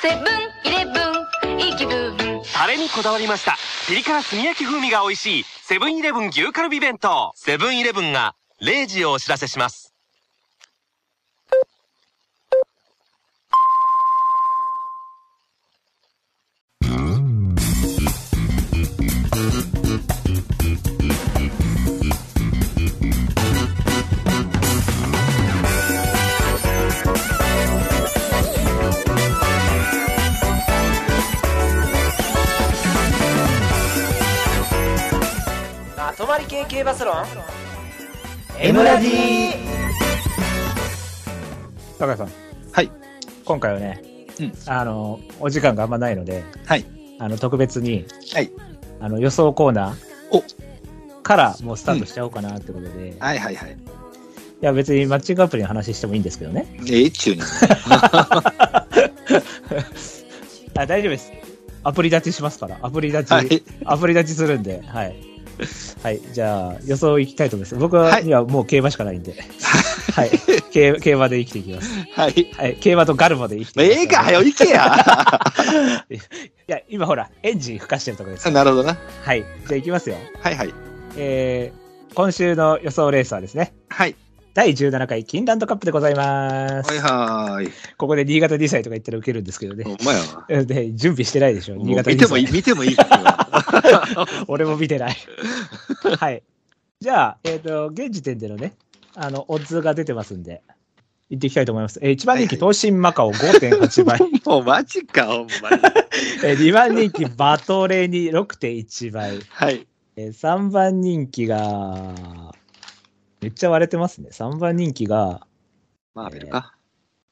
セブンイレブンいい気分タレにこだわりましたピリ辛炭焼き風味が美味しいセブンイレブン牛カルビ弁当セブンイレブンが0時をお知らせしますまとまり系系バスロン M ラジー高橋さん。はい。今回はね、うんあの、お時間があんまないので、はい。あの、特別に、はい。あの、予想コーナおーからもうスタートしちゃおうかなってことで、いはいはいはい。や別にマッチングアプリの話してもいいんですけどね。ええ、中に。あ、大丈夫です。アプリ立ちしますから、アプリ立ち、はい。アプリ立ちするんで、はい。はい、じゃあ予想いきたいと思います。僕はいにはもう競馬しかない んで、はい。競競馬で生きていきます。はい。はい、競馬とガルマで生きていきます。ええか、はよ、行けや。いや、今ほら、エンジン吹かしてるところです。 なるほどな。はい。じゃあ行きますよ。はいはい。えー、今週の予想レースはですね、はい。第17回金ランドカップでございます。はいはーい。ここで新潟2歳とか言ったらウケるんですけど ね。お前は。で、準備してないでしょ、もう新潟見て2もいい、歳。見てもいいから。俺も見 てない。はい。じゃあ、えっ、と、現時点でのね、あの、オッズが出てますんで、行っていきたいと思います。えー、1番人は気、いは東進マカオ5.8倍。 もうマジか、ほんまに。 えー、2番人気、バトレニ6.1倍。はい。えー3番人気が、めっちゃ割れてますね。3番人気が、マーベルか。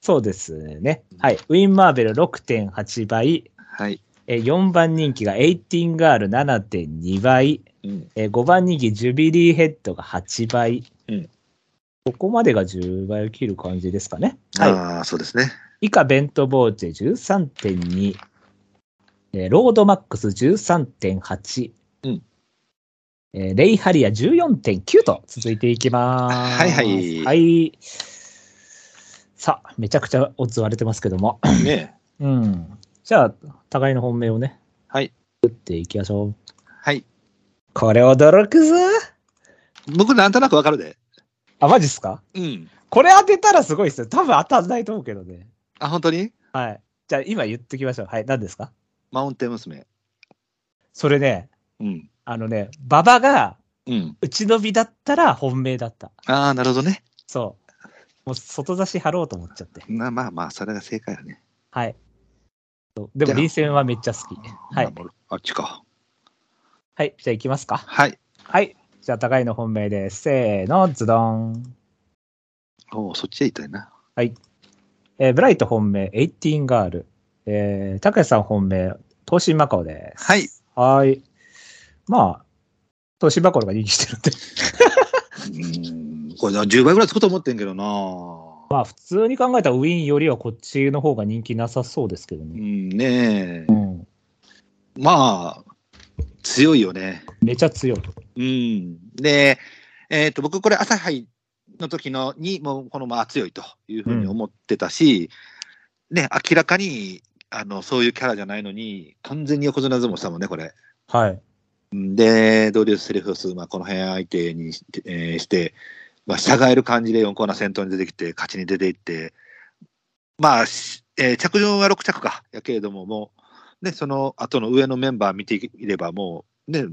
そうですね。はい。ウィン・マーベル6.8倍。はい。えー4番人気がエイティンガール7.2倍。うん。えー5番人気ジュビリーヘッドが8倍。うんここまでが10倍を切る感じですかね。はああ、そうですね。い。以下、ベント・ボーチェ13.2。えーロードマックス13.8。うんえーレイハリア14.9と続いていきます。はいはいはい。さあ、めちゃくちゃオッズ割れてますけども。ねえうん。じゃあ、互いの本命をね、はい。打っていきましょう。はい。これ驚くぞ僕なんとなくわかるで。あ、マジっすかうん。これ当てたらすごいっすよ。多分当たんないと思うけどね。あ、本当にはい。じゃあ、今言っときましょう。はい。何ですかマウンテン娘。それね、うん。あのね、馬場が、うん。うちのびだったら本命だった。ああ、なるほどね。そう。もう外差し張ろうと思っちゃって。なまあまあ、それが正解よね。はい。そうでも、臨戦はめっちゃ好き。はまい。あ。あっちか。はい。じゃあ、行きますか。はい。はい。じゃあ、互いの本命です。せーの、ズドン。おお、そっちへ行ったいな。えーブライト本命、エイティンガール。えー、高橋さん本命、東進マカオです。はい。はーい。まあ、東進マカオが人気して るうんで。ーんこれ10倍ぐらいつくと思ってんけどなまあ、普通に考えたらウィーンよりはこっちの方が人気なさそうですけどうね。んねえうん。まあ強いよねめちゃ強い。うんでえっ、と僕これ朝杯の時のにもうこのまあ強いというふうに思ってたし、ね明らかにあのそういうキャラじゃないのに完全に横綱相撲したもんねこれはい。でドリュース・セリフス、まあ、この辺相手にして,、えーしてまあ、従える感じで4コーナー先頭に出てきて勝ちに出ていってまあ、しえー着順は6着かやけれどももう、ね、その後の上のメンバー見ていればもう、ね、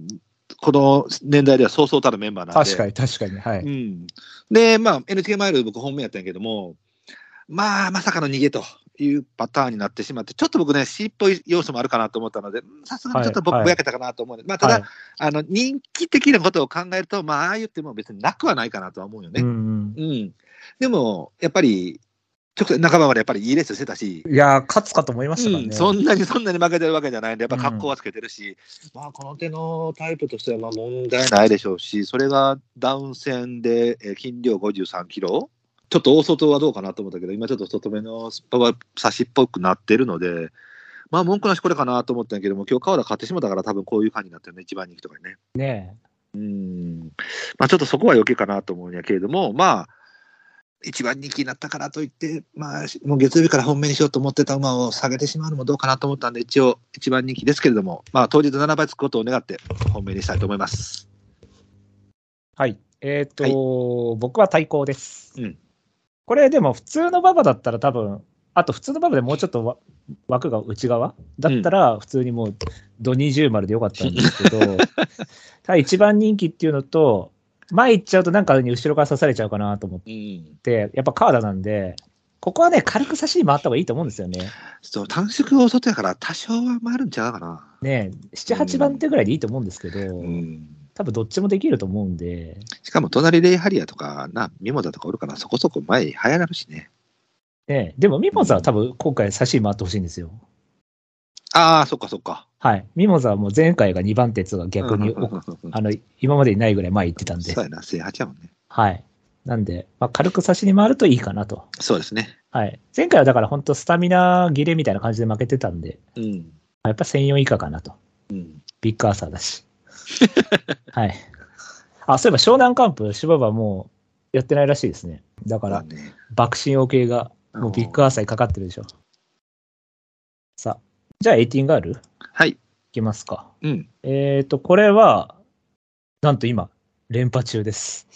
この年代ではそうそうたるメンバーなんで確かに確かに。はうい。ん、で、まあ、NHK マイル僕本命やったんやけどもまあまさかの逃げというパターンになってしまってちょっと僕ね C っぽい要素もあるかなと思ったのでうんさすがにちょっと僕はいはいぼやけたかなと思うんで、まあただ、はいあの人気的なことを考えると、まあ、ああ言っても別になくはないかなとは思うようね。んうんでも、やっぱり、直接仲間までやっぱりいいレースしてたし、うん。いやー、勝つかと思いましたからね。うんそんなにそんなに負けてるわけじゃないんで、やっぱ格好はつけてるし、まあ、この手のタイプとしてはまあ問題ないでしょうし、それがダウン戦で、えー斤量53キロ、ちょっと大外はどうかなと思ったけど、今ちょっと外目のスパは差しっぽくなってるので、まあ、文句なしこれかなと思ったんやけども、今日川田買ってしまったから、多分こういうファンになってるね、一番人気とかにね。ねうんまあ、ちょっとそこは余計かなと思うんやけれども、まあ、一番人気になったからといって、まあ、もう月曜日から本命にしようと思ってた馬を下げてしまうのもどうかなと思ったんで、一応、一番人気ですけれども、まあ、当日7倍つくことを願って、本命にしたいと思います。はい。えっ、と、僕は対抗です。うんこれでも普通の馬場だったら多分、あと普通の馬場でもうちょっとわ枠が内側だったら普通にもうド20丸でよかったんですけど、 ただ一番人気っていうのと、前行っちゃうとなんかに後ろから刺されちゃうかなと思っうん。て、やっぱカーダなんで、ここはね、軽く差しに回った方がいいと思うんですよね。そう、短縮を外やから、多少は回るんちゃうかな。ね7、8番手ぐらいでいいと思うんですけど、うん。多分どっちもできると思うんで、しかも、隣レイハリアとか、な、ミモザとかおるから、そこそこ前、早なるしね。ね、でもミモザは多分今回差しに回ってほしいんですよ。ああ、そっかそっか。はい。ミモザはもう前回が2番手つが逆に、うんうんうんうんあの、今までにないぐらい前行ってたんでそ。うやな、正八やもんね。はい。なんで、まあ、軽く差しに回るといいかなと。そうですね。はい。前回はだから本当スタミナ切れみたいな感じで負けてたんで、うん。まあやっぱ1004以下かなと。うん。ビッグアーサーだし。 はい。あ、そういえば湘南カンプ、芝はもうやってないらしいですね。だかまあら、ね。爆心王系が、もうビッグアーサーにかかってるでしょ。さあ、じゃあ18ガールいはい。きますか。うん。えっ、と、これは、なんと今、連覇中です。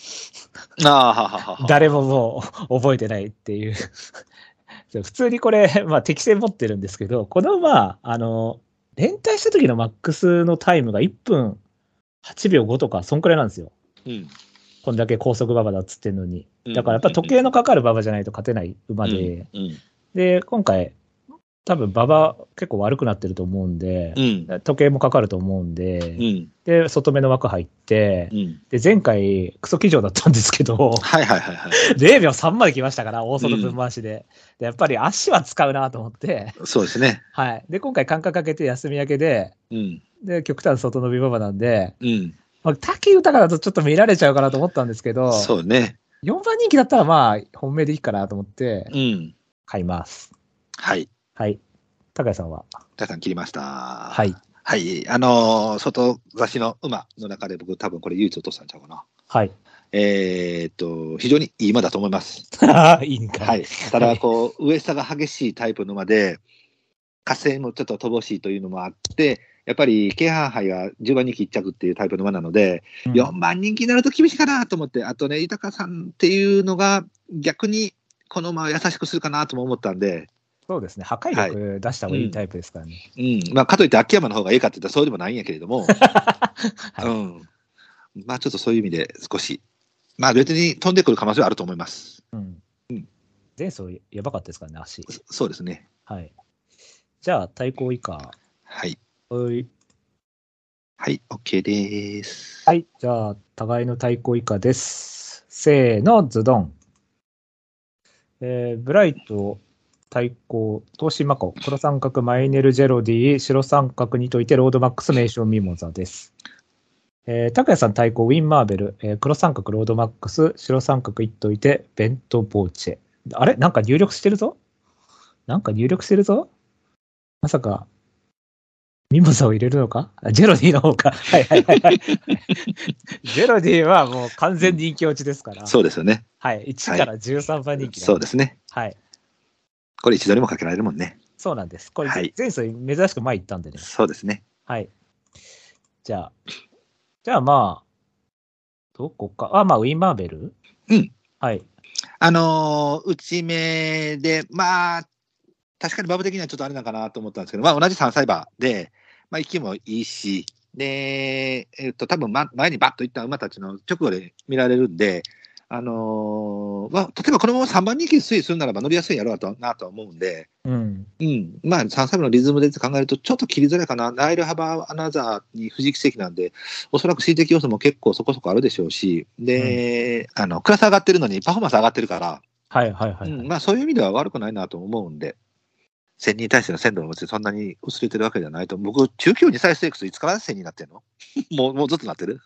ああ、はははは。誰ももう覚えてないっていう。 そう普通にこれ、まあ適性持ってるんですけど、この馬、あの、連帯した時のマックスのタイムが1分8秒5とか、そんくらいなんですよ。うん。こんだけ高速馬場だっつってんのに。うんだからやっぱ時計のかかる馬場じゃないと勝てない馬で、うん。で、今回、多分馬場結構悪くなってると思うんでう、ん。時計もかかると思うんで、うん。で、外目の枠入ってう、ん。で、前回、クソ騎乗だったんですけど、 はいはいはいはい。 0秒3まで来ましたから、大外分回しで。で、やっぱり足は使うなと思って、そうですね。はい。で、今回、間隔かけて休み明けで、うん。で、極端外伸び馬場なんで、うん。まあ、滝豊だとちょっと見られちゃうかなと思ったんですけど、そうね。 4番人気だったら、まあ、本命でいいかなと思って、うん。買います。はい。はい。高井さんはたくさん切りました。は。。はいはい。あのー、外雑誌の馬の中で僕多分これ唯一落としたんちゃうかな。はい。えーっと、非常にいい馬だと思います。い いんかい。はい。ただ、こう、上差が激しいタイプの馬で、火星もちょっと乏しいというのもあって、やっぱり、京阪杯は10番人気1着っていうタイプの馬なので、うん4番人気になると厳しいかなと思って、あとね、豊さんっていうのが逆にこの馬を優しくするかなとも思ったんで、そうですね。破壊力出した方がいいタイプですからね。うんまあ、かといって秋山の方がいいかって言ったらそうでもないんやけれども、 はいうんまあ、ちょっとそういう意味で少し、まあ、別に飛んでくる可能性はあると思います。うん。前走やばかったですからね、足。そそうですね。はい。じゃあ、対抗以下。はい。はい。はい、OK です。はい。じゃあ、互いの対抗以下です。せーの、ズドン。えー、ブライト、対抗、東進マコ、黒三角、マイネル、ジェロディ、白三角にといて、ロードマックス、名称ミモザです。えー、高谷さん対抗、ウィン・マーベル、えー黒三角、ロードマックス、白三角いっといて、ベント・ポーチェ。あれなんか入力してるぞなんか入力してるぞまさか、ミモザを入れるのかあジェロディの方か。はいはいはいはい。ジェロディはもう完全人気落ちですから。そうですよね。はい。1から13番人気、そうですね。はい。これ一度にもかけられるもんね。そうなんです。これ、はい前走珍しく前行ったんでね。そうですね。はい。じゃあ、じゃあまあ、どこか、あ、まあ、ウィン・マーベルうん。はい。あのー、打ち目で、まあ、確かにバブ的にはちょっとあれなのかなと思ったんですけど、まあ、同じ3歳馬で、まあ、息もいいし、で、えっと、多分ま前にバッといった馬たちの直後で見られるんで、あのーまあ、例えばこのまま3番人気で推移するならば乗りやすいやろうとなとは思うんで、うん。うん、まあ、3歳馬のリズムでって考えると、ちょっと切りづらいかな、ナイルハバーアナザーに藤木奇跡なんで、おそらく水滴要素も結構そこそこあるでしょうし、で、あのクラス上がってるのにパフォーマンス上がってるから、はいはいはい。うん、まあそういう意味では悪くないなと思うんで、1000人に対しての鮮度も別にそんなに薄れてるわけじゃないと、僕、中級2歳ステークス、いつから1000になってんの もうもうずっとなってる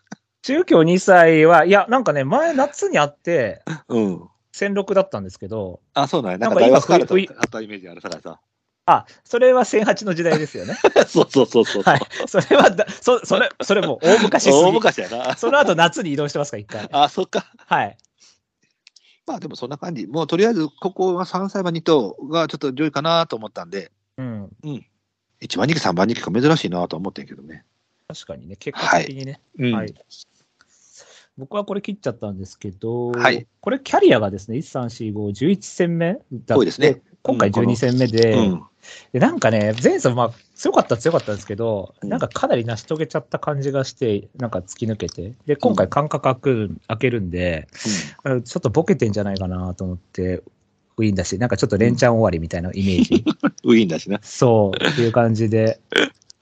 中京2歳は、いや、なんかね、前夏にあ って、うん。 1006だったんですけど、あ、そうなんや。なんなかんかダイ今ワスカーレットふいあったイメージあるからさ。あ、それは1008の時代ですよね。 そうそうそうそう。はい。 それはだ、そ、それ、それもう大昔すぎ大昔やな。 その後夏に移動してますから、一回。あ、そっか。はい。まあでもそんな感じ。もうとりあえず、ここは3歳馬2頭がちょっと上位かなと思ったんで、うん。 1番人気、3番人気か珍しいなと思ってんけどね。確かにね、結果的にね。うはい。僕はこれ切っちゃったんですけど、はいこれキャリアがですね、1、3、4、5、11戦目だ多いですね。今回うんこの12戦目で、うん。でなんかね、前走、まあ、強かったら強かったんですけど、うんなんかかなり成し遂げちゃった感じがして、なんか突き抜けて、で、今回間隔空く開けるんで、あちょっとボケてんじゃないかなと思って、ウィンだし、なんかちょっと連チャン終わりみたいなイメ ージ。ウィーンだしな。そう、っていう感じで。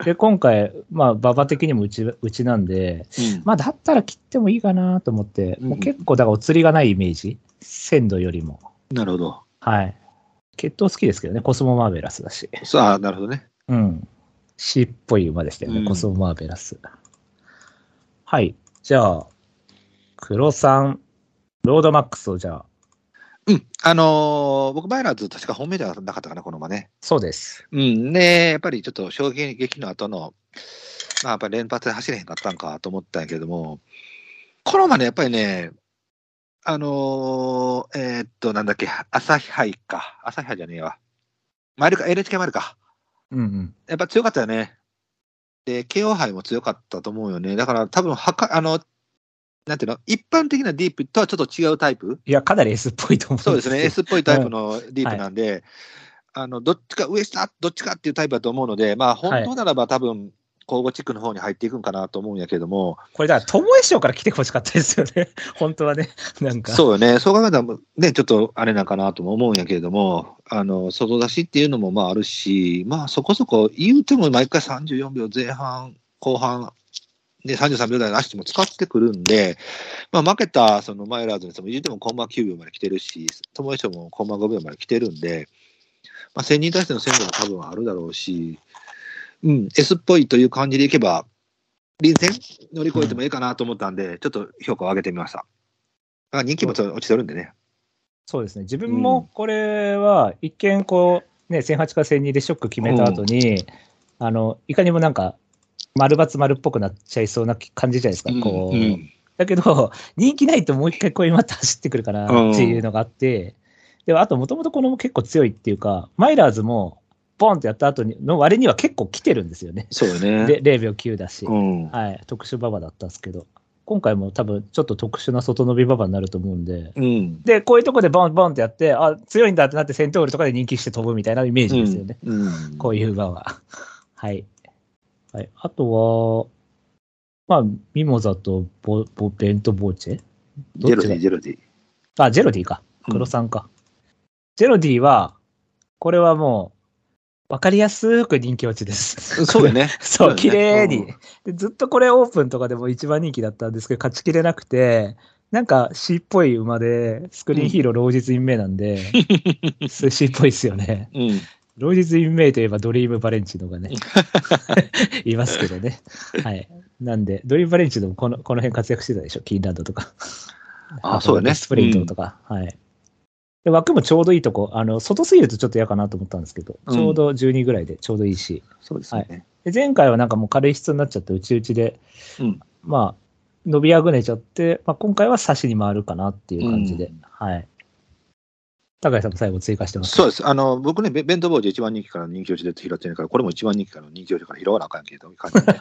で、今回、まあ、馬場的にもうち、うちなんで、うんまあ、だったら切ってもいいかなと思って、うんもう結構、だからお釣りがないイメージ。鮮度よりも。なるほど。はい。血統好きですけどね、コスモマーベラスだし。さあ、なるほどね。うん。C っぽい馬でしたよね、うんコスモマーベラス。はい。じゃあ、黒さん、ロードマックスをじゃあ、うん。あのー僕、マイナーズ、確か本命ではなかったかな、この馬ね。そうです。うん。ねやっぱりちょっと衝撃の後の、まあ、やっぱり連発で走れへんかったんかと思ったんやけども、この馬ね、やっぱりね、あのーえーっと、なんだっけ、朝日杯か。朝日杯じゃねえわ。マイルか、NHK マイルか。うんうん。やっぱ強かったよね。で、KO 杯も強かったと思うよね。だから多分はか、あの、なんていうの、一般的なディープとはちょっと違うタイプ。いや、かなり S っぽいと思うんそうですけね、ど S っぽいタイプのディープなんで、あのどっちか、上下、どっちかっていうタイプだと思うので、まあ、本当ならば多分、交互地区の方に入っていくんかなと思うんやけども、これだから、友江賞から来てほしかったですよね。 本当はね。なんか。う。そうよね、そう考えたら、ね、ちょっとあれなんかなとも思うんやけれども、あの外出しっていうのもまああるし、まあそこそこ、言うても毎回34秒前半、後半、ね、33秒台の足も使ってくるんで、まあ、負けたそのマイラーズにしても、言うてもコンマ9秒まで来てるし、友達もコンマ5秒まで来てるんで、まあ、1000人に対しての鮮度も多分あるだろうし、うん、S っぽいという感じでいけば、臨戦乗り越えてもいいかなと思ったんで、ちょっと評価を上げてみました。あ人気もちょっと落ちてるんでね。そうですね。自分もこれは、一見こう、ね、1008から1002でショック決めた後に、あの、いかにもなんか、丸×丸っぽくなっちゃいそうな感じじゃないですか。こう、うんだけど、 人気ないともう一回こうまた走ってくるかなっていうのがあって、でもあともともとこの結構強いっていうか、マイラーズも、ボンってやった後にの割には結構来てるんですよね。そうよね。で、0秒9だし。うん。はい、特殊馬場だったんですけど、今回も多分ちょっと特殊な外伸び馬場になると思うんで、うん。で、こういうとこでボンボンってやって、あ、強いんだってなってセントールとかで人気して飛ぶみたいなイメージですよね。うん。こういう馬は。 はい。はい。あとは、まあ、ミモザとボボベントボーチェどっジェロちがディ、ジェロディ。あ、ジェロディか。うん黒さんか。ジェロディは、これはもう、わかりやすく人気落ちです。そうよね。 そう、綺麗うんに。でずっとこれオープンとかでも一番人気だったんですけど、勝ちきれなくて、なんか C っぽい馬で、スクリーンヒーロー老実インメイなん で、C っぽいですよね。うん。老実インメイといえばドリームバレンチノ がね、 いますけどね。はい。なんで、ドリームバレンチノもこのこの辺活躍してたでしょ、キーランドとか。あとそうだねスプリントとか。はい。で枠もちょうどいいとこ、あの、外すぎるとちょっと嫌かなと思ったんですけど、うんちょうど12ぐらいでちょうどいいし、そうですよね。で前回はなんかもう軽い質になっちゃって、内々で、うんまあ、伸びあぐねちゃって、まあ、今回は差しに回るかなっていう感じで、うんはい。高橋さんも最後追加してます。そうです。あの、僕ね、ベベントボージ一番人気から人気落ちで拾ってるから、これも一番人気から人気落ちから拾わなあかんけど、いかにもね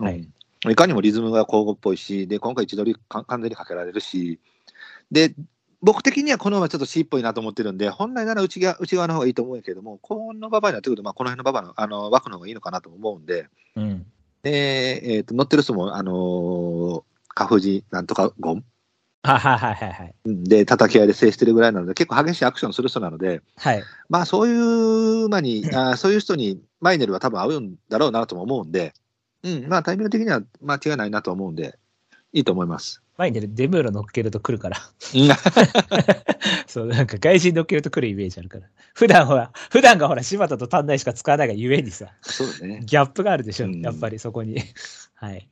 うんはいいかにもリズムが交互っぽいし、で、今回一度りか完全にかけられるし、で、僕的にはこのままちょっと C っぽいなと思ってるんで、本来なら内側内側の方がいいと思うんやけども、このババになってくると、まあ、この辺のババのあの枠の方がいいのかなと思うんで、うん。で、えっ、と、乗ってる人も、あのー、下富士なんとかゴンはいはいはいはいはい。うんで、叩き合いで制してるぐらいなので、結構激しいアクションする人なので、はい。まあそういう馬 に、あーそういう人にマイネルは多分合うんだろうなとも思うんで、うん、まあタイミング的には間違いないなと思うんで、いいと思います。前にねデムーロ乗っけると来るから。 うんそう、なんか外人乗っけると来るイメージあるから。普段ほら、普段がほら、柴田と丹内しか使わないがゆえにさ、 そうだね。ギャップがあるでしょ、うんやっぱりそこに。 はい。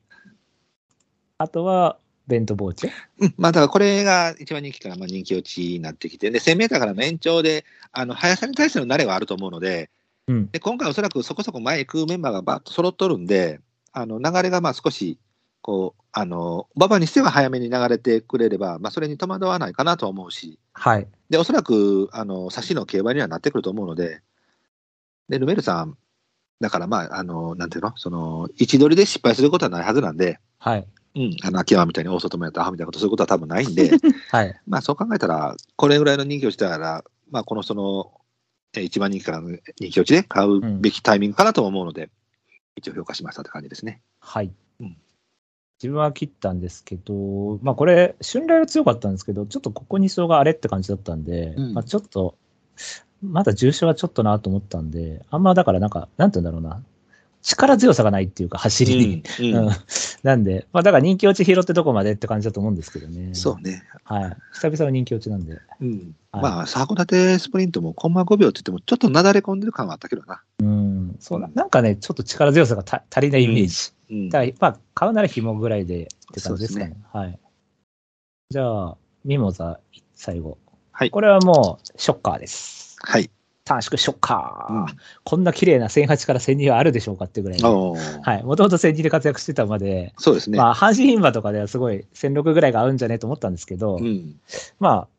あとは、ベントボーチェうん、まあだからこれが一番人気からまあ人気落ちになってきて、で、1000メーターからの延長で、あの、速さに対しての慣れはあると思うので、うんで、今回おそらくそこそこ前行くメンバーがバッと揃っとるんで、あの、流れがまあ少し、こう、あの、馬場にしては早めに流れてくれれば、まあ、それに戸惑わないかなとは思うし、はい。で、おそらく、あの、差しの競馬にはなってくると思うので、で、ルメールさん、だからまあ、あの、なんていうの、その、位置取りで失敗することはないはずなんで、はい。うん、あの、秋山みたいに大外もやったアホみたいなことすることは多分ないん で、はい。まあそう考えたら、これぐらいの人気落ちたら、まあこの人のえー一番人気からの人気落ちで買うべきタイミングかなと思うので、一応評価しましたって感じですね。はいうん。自分は切ったんですけど、まあこれ、春雷は強かったんですけど、ちょっとここ2勝があれって感じだったんで、うんまあちょっと、まだ重症はちょっとなと思ったんで、あんまだからなんか、なんて言うんだろうな、力強さがないっていうか、走りに。うんうんなんで、まあだから人気落ち拾ってどこまでって感じだと思うんですけどね。そう。ね。はい。久々の人気落ちなんで。うん、はいまあ函館スプリントもコンマ5秒って言っても、ちょっとなだれ込んでる感はあったけどな。うん。そうだ。なんかね、ちょっと力強さがた足りないイメージ。うんだから、まあ、買うなら紐ぐらいでって感じですかね。そうはい。じゃあ、ミモザ、最後。はいこれはもう、ショッカーです。はい。短縮ショッカー。うんこんな綺麗な1008から1002はあるでしょうかってぐらい。はおーい。もともと1002で活躍してたまで、そうですね。まあ、阪神牝馬とかではすごい1006ぐらいが合うんじゃねえと思ったんですけど、うん、ま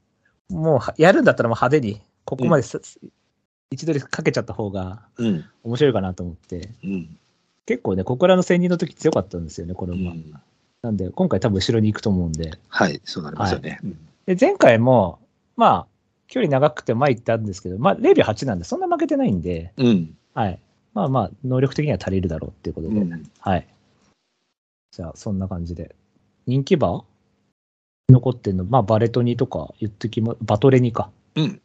あ、もう、やるんだったらもう派手に、ここまでさ、一度でかけちゃった方がうん、面白いかなと思って、うん、結構ね、小倉の1002の時強かったんですよね、このう馬。ん。なんで、今回多分後ろに行くと思うんで。はい、そうなりますよね。で、前回も、まあ、距離長くて前行ったんですけど、まあ、0秒8なんで、そんな負けてないんで、うん、はい。まあまあ、能力的には足りるだろうっていうことうで、ん、うんはい。じゃあ、そんな感じで。人気馬残ってんの、まあ、バレトニとか言ってきま、バトレニか。うん。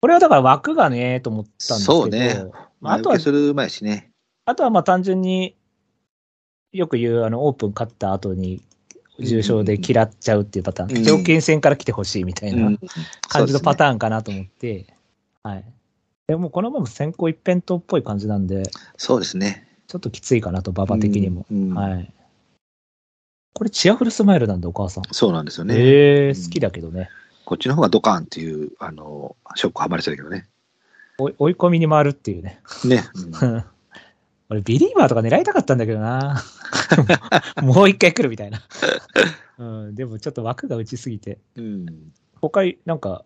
これはだから枠がねえと思ったんですけど、そうねまあ、前あと受はけする前しね。あとはまあ単純によく言うあのオープン勝った後に重症で嫌っちゃうっていうパターン、うん条件戦から来てほしいみたいな感じのパーンターンかなと思って、はい。でもこのまま先行一辺倒っぽい感じなんで、そうですね。ちょっときついかなと、馬場的にも。うんうんはい。これ、チアフルスマイルなんだ、お母さん。そうなんですよね。ええうん好きだけどね。こっちの方がドカンっていう、あの、ショックはまりそうだけどね。追い追い込みに回るっていうね。ね。 俺、ビリーバーとか狙いたかったんだけどな。 もう一回来るみたいな。 うん、でもちょっと枠が打ちすぎて。うん。他、なんか、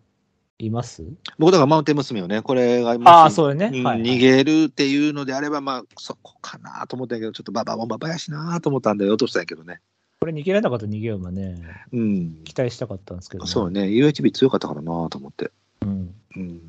います僕、だからマウンテン娘をね、これが、ああ、う。そうね。うんはい。逃げるっていうのであれば、まあ、そこかなと思ったんやけど、ちょっとババもババやしなと思ったんで、落としたんやけどね。これ逃げられなかったら逃げようもね。うん。期待したかったんですけど、そうね、UHB 強かったからなと思って。うんうん。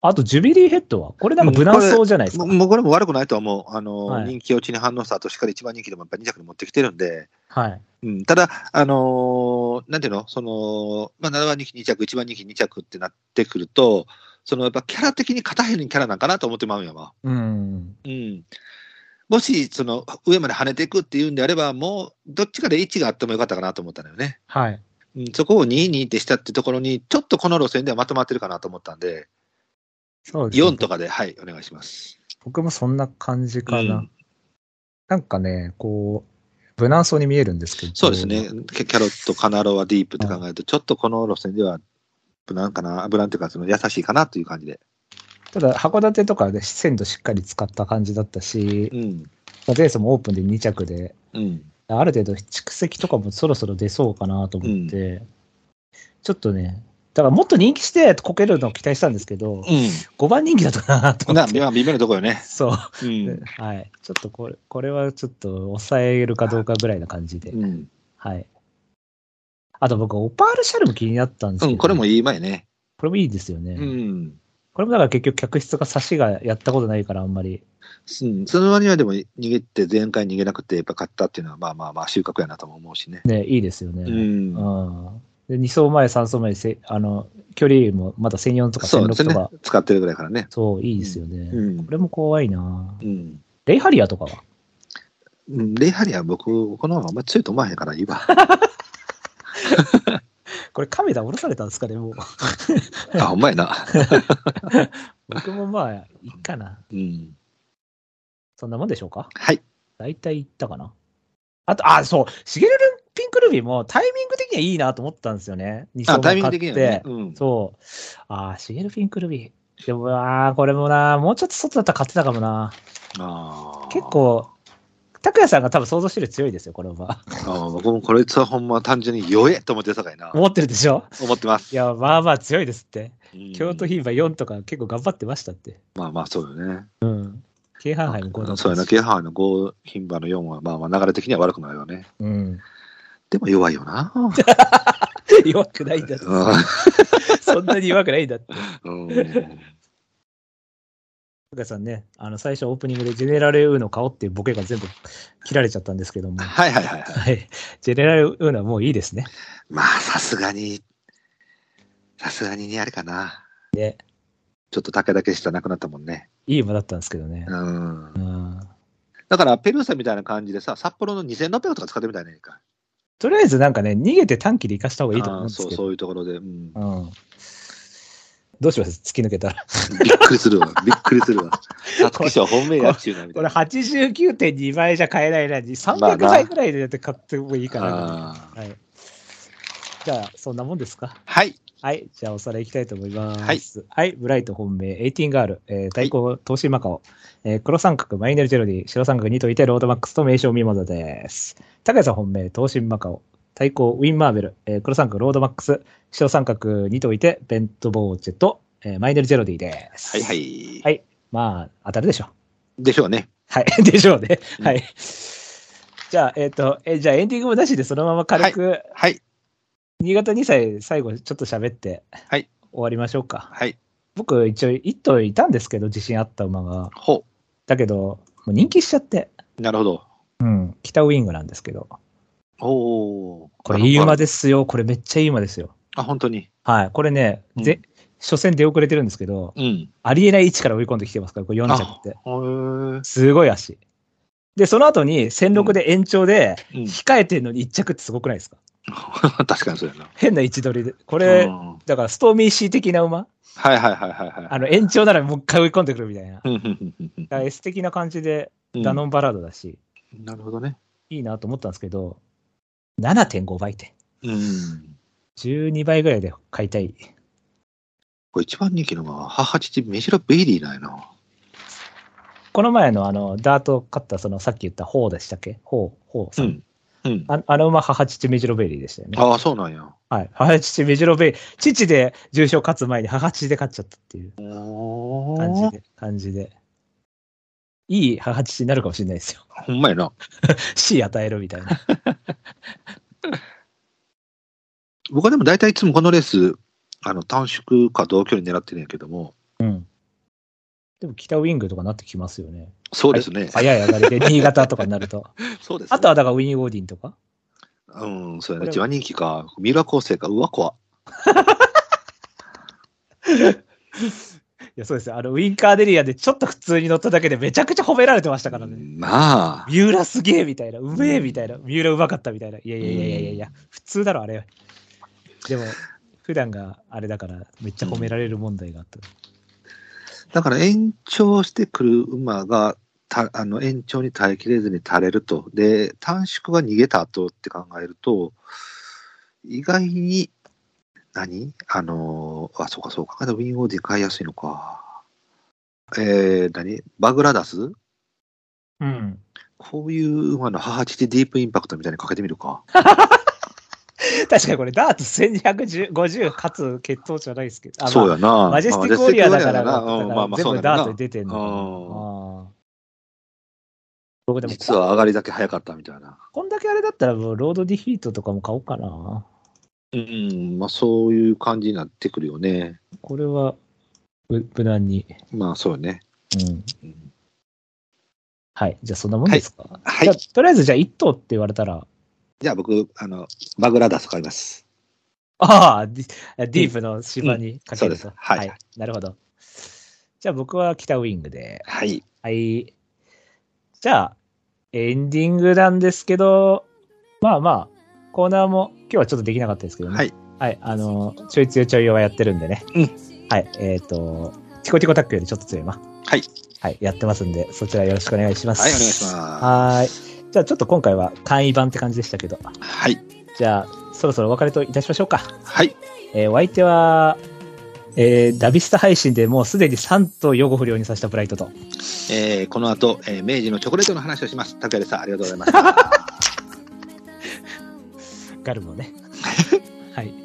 あと、ジュビリーヘッドはこれなんか無難そうじゃないですか。ももうこれも悪くないとは思う。あの、はい人気落ちに反応した後、しっかり一番人気でもやっぱ2着に持ってきてるんで、はい。うん、ただ、あのーなんていうの、その、まあ、7番人気2着、1番人気2着ってなってくると、そのやっぱキャラ的に勝たへんキャラなんかなと思ってまうんやわ。うん。うん。もし、その、上まで跳ねていくっていうんであれば、もう、どっちかで1があってもよかったかなと思ったのよね。はい。うん、そこを2、2ってしたってところに、ちょっとこの路線ではまとまってるかなと思ったんで、そうですね4とかで、はい、お願いします。僕もそんな感じかな。うんなんかね、こう、無難そうに見えるんですけど。そうですね。。キキャロット、カナロア、ディープって考えると、ちょっとこの路線では、無難かな、無難っていうか、その優しいかなという感じで。ただ、函館とかで鮮度しっかり使った感じだったしう、ん。まあ前走もオープンで2着で、うん。ある程度蓄積とかもそろそろ出そうかなと思って、ちょっとね、だからもっと人気してこけるのを期待したんですけうど、5番人気だったなとん。思なって。微妙なとこよね。そう、うん。はい。ちょっとこれ、これはちょっと抑えるかどうかぐらいな感じで。うん。はい。あと僕、オパールシャルも気になったんですうけど、ん、これもいい前ね。これもいいですよね。うん。これもだから結局、客室が差しがやったことないから、あんまり。うんその割にはでも逃げて、前回逃げなくて、やっぱ勝ったっていうのは、まあまあまあ収穫やなとも思うしね。ね、いいですようね。ん。うんで2走前、3走前にせ、あの、距離もまだ1004とかそうです1006ねとか、。使ってるぐらいからね。そう、いいですよね。うんこ。れも怖いなうん。レイハリアとかはうんレイハリは僕、このままあんま強いと思わへんからいい わ。これ、亀田降ろされたんですかね、もう。あ、ほんまやな。 僕もまあ、いっかな。うん。そんなもんでしょうかはい。大体いったかな。あと、あ、そう、シゲルルンピンクルビーもタイミング的にはいいなと思ったんですよね。2あ、走タイミ前ング勝的にっはて。ね。うん。そう。ああ、シゲルピンクルビー。でも、ああ、これもな、もうちょっと外だったら勝ってたかもな。あー結。構、拓也さんが多分想像してるより強いですよ、この馬。あ僕もこれはほんま単純に弱えと思ってたかいな。 思ってるでしょ思ってます。いや、まあまあ強いですって。うん京都牝馬4とか結構頑張ってましたって。まあまあそうよね。京阪杯も5だったしそうやな、京 阪の5、牝馬の4は、まあまあ流れ的には悪くないよね。うん。 でも弱いよな。弱くないんだって。うそんなに弱くないんだって。んうん拓也さんね、あの、最初オープニングでジェネラル・ウーの顔っていうボケが全部切られちゃったんですけ ども。はいはいはいはい。はい。ジェネラル・ウーのはもういいですね。まあさすがに、さすがにね、あれかな。ねちょっと竹だけしたなくなったもんね。いい馬だったんですけどねう。ん。うん。だから、ペルーさんみたいな感じでさ、札幌の2600とか使ってみたいね。とりあえずなんかね、逃げて短期で生かした方がいいと思うんあーですけそど。う、そういうところで、うん。うん。どうします突き抜けたら。びっくりするわ。びっくりするわ。皐月賞本命やっちゅうな、みたこいれな。 89.2倍じゃ買えないな。まあ300な倍くらいでやって買ってもいいかな。あーはい。じゃあ、そんなもんですか。はい。はい。じゃあ、おさらいいきたいと思います。はい。ブライト本命、エイティンガール、えー、対抗、投資マカオ、えー黒三角、マイネルジェロディ、白三角にといて、ロードマックスと名称ミモザです。高谷さん本命、東進マカオ、対抗、ウィンマーベル、えー黒三角、ロードマックス、白三角にといて、ベントボーチェと、えーマイネルジェロディです。はいはい。はいまあ、当たるでしょう。でしょうね。はい。 でしょうね。うんはい。じゃあ、えっ、と、えじゃあエンディングもなしで、そのまま軽く、はい。新潟2歳、最後、ちょっと喋って、はい終わりましょうか。はい。僕、一応、一頭いたんですけど、自信あった馬が。ほだけど、もう人気しちゃって、う。なるほど。うん、北ウィングなんですけど、おお。これ、いい馬ですよ。これ、めっちゃいい馬ですよ。あ、本当に。はい。これね、うぜ初戦出遅れてるんですけど、うん。ありえない位置から追い込んできてますから、これ4着って。あへえすごい足。で、その後に、戦6で延長で、うん、控えてるのに1着ってすごくないですか 確かにそうやな。変な位置取りで、こうれ、んだからストーミーシー的な馬、はいはいはいはいはい。あの延長ならもう一回追い込んでくるみたいな、だかうんうんうんうんら S 的な感じでうんダノンバラードだし、なるほどね。いいなと思ったんですけど、7.5倍点、うん。 12倍ぐらいで買いたい。これ一番人気のが、母父、メジロベイリーなんやな。この前のあのダート勝った、そのさっき言ったホーでしたっけ、ホー、ホーさん。ん。うん。ああの馬、母父メジロベリーでしたよね。ああ、そうなんや。はい。母父メジロベリー。父で重賞勝つ前に母父で勝っちゃったっていうお感じーで、感じで。いい母父になるかもしれないですよ。 ほんまやな。 C 与えるみたいな。僕はでも大体いつもこのレース、あの短縮か同距離狙ってるんやけども、うん。でも北ウィングとかなってきますよね。そうですね。早い上がりで、 新潟とかになると。そうですねあとはだからウィニー・ゴーディンとか。うん、そうやこな。れ一番人気か。三浦昴生か。うわ、怖いや、そうですよ。あの、ウィンカーデリアでちょっと普通に乗っただけでめちゃくちゃ褒められてましたからね。まあ。三浦すげえみたいな、うめえみたいな、三浦うまかったみたいな。いやいやいやいやいやいや、普通だろ、あれ。でも、普段があれだから、めっちゃ褒められる問題があった。だから延長してくる馬がたあの延長に耐えきれずに垂れると。で、短縮が逃げた後って考えると、意外に、何あのーあ、そうかそうか。でもウィンオーディ買いやすいのか。えー、何バグラダスうん。こういう馬の母父ディープインパクトみたいにかけてみるか。確かにこれ、ダート1250かつ血糖値はないですけど。あまあそうやな。マジェスティックオリアだから、まあだマジェスティックウォリアーだなうんまかあまあらそ全うな部んやダなートに出てんのかなあー。僕でも実は上がりだけ早かったみたいな。こんだけあれだったら、もうロードディフィートとかも買おうかな。うん、まあそういう感じになってくるよね。これは、ぶ無難に。まあそうよね。うん。うんはい。じゃあ、そんなもんですか。はいじゃあとりあえず、じゃあ、1頭って言われたら、じゃあ僕、あの、バグラダス買います。ああ、ディディープの芝にかけうると。んそうですはいなるほど。じゃあ、僕は北ウィングで。はい。はい。じゃあ、エンディングなんですけど、まあまあ、コーナーも今日はちょっとできなかったですけどね。はい。はい、あの、ちょい強いちょい弱やってるんでね。うんはい、えっ、と、ティコティコタックよりちょっと強いな。はい。はい、やってますんで、そちらよろしくお願いします。はい、お願いしまはーい。じゃあちょっと今回は簡易版って感じでしたけど、す。はい。じゃあそろそろお別れといたしましょうか。はい。えーお相手は、えーダビスタ配信でもうすでに3頭予後不良にさせたブライトと。えーこの後、えー明治のチョコレートの話をします。高谷さん、ありがとうございました。 ガルムをね。はい。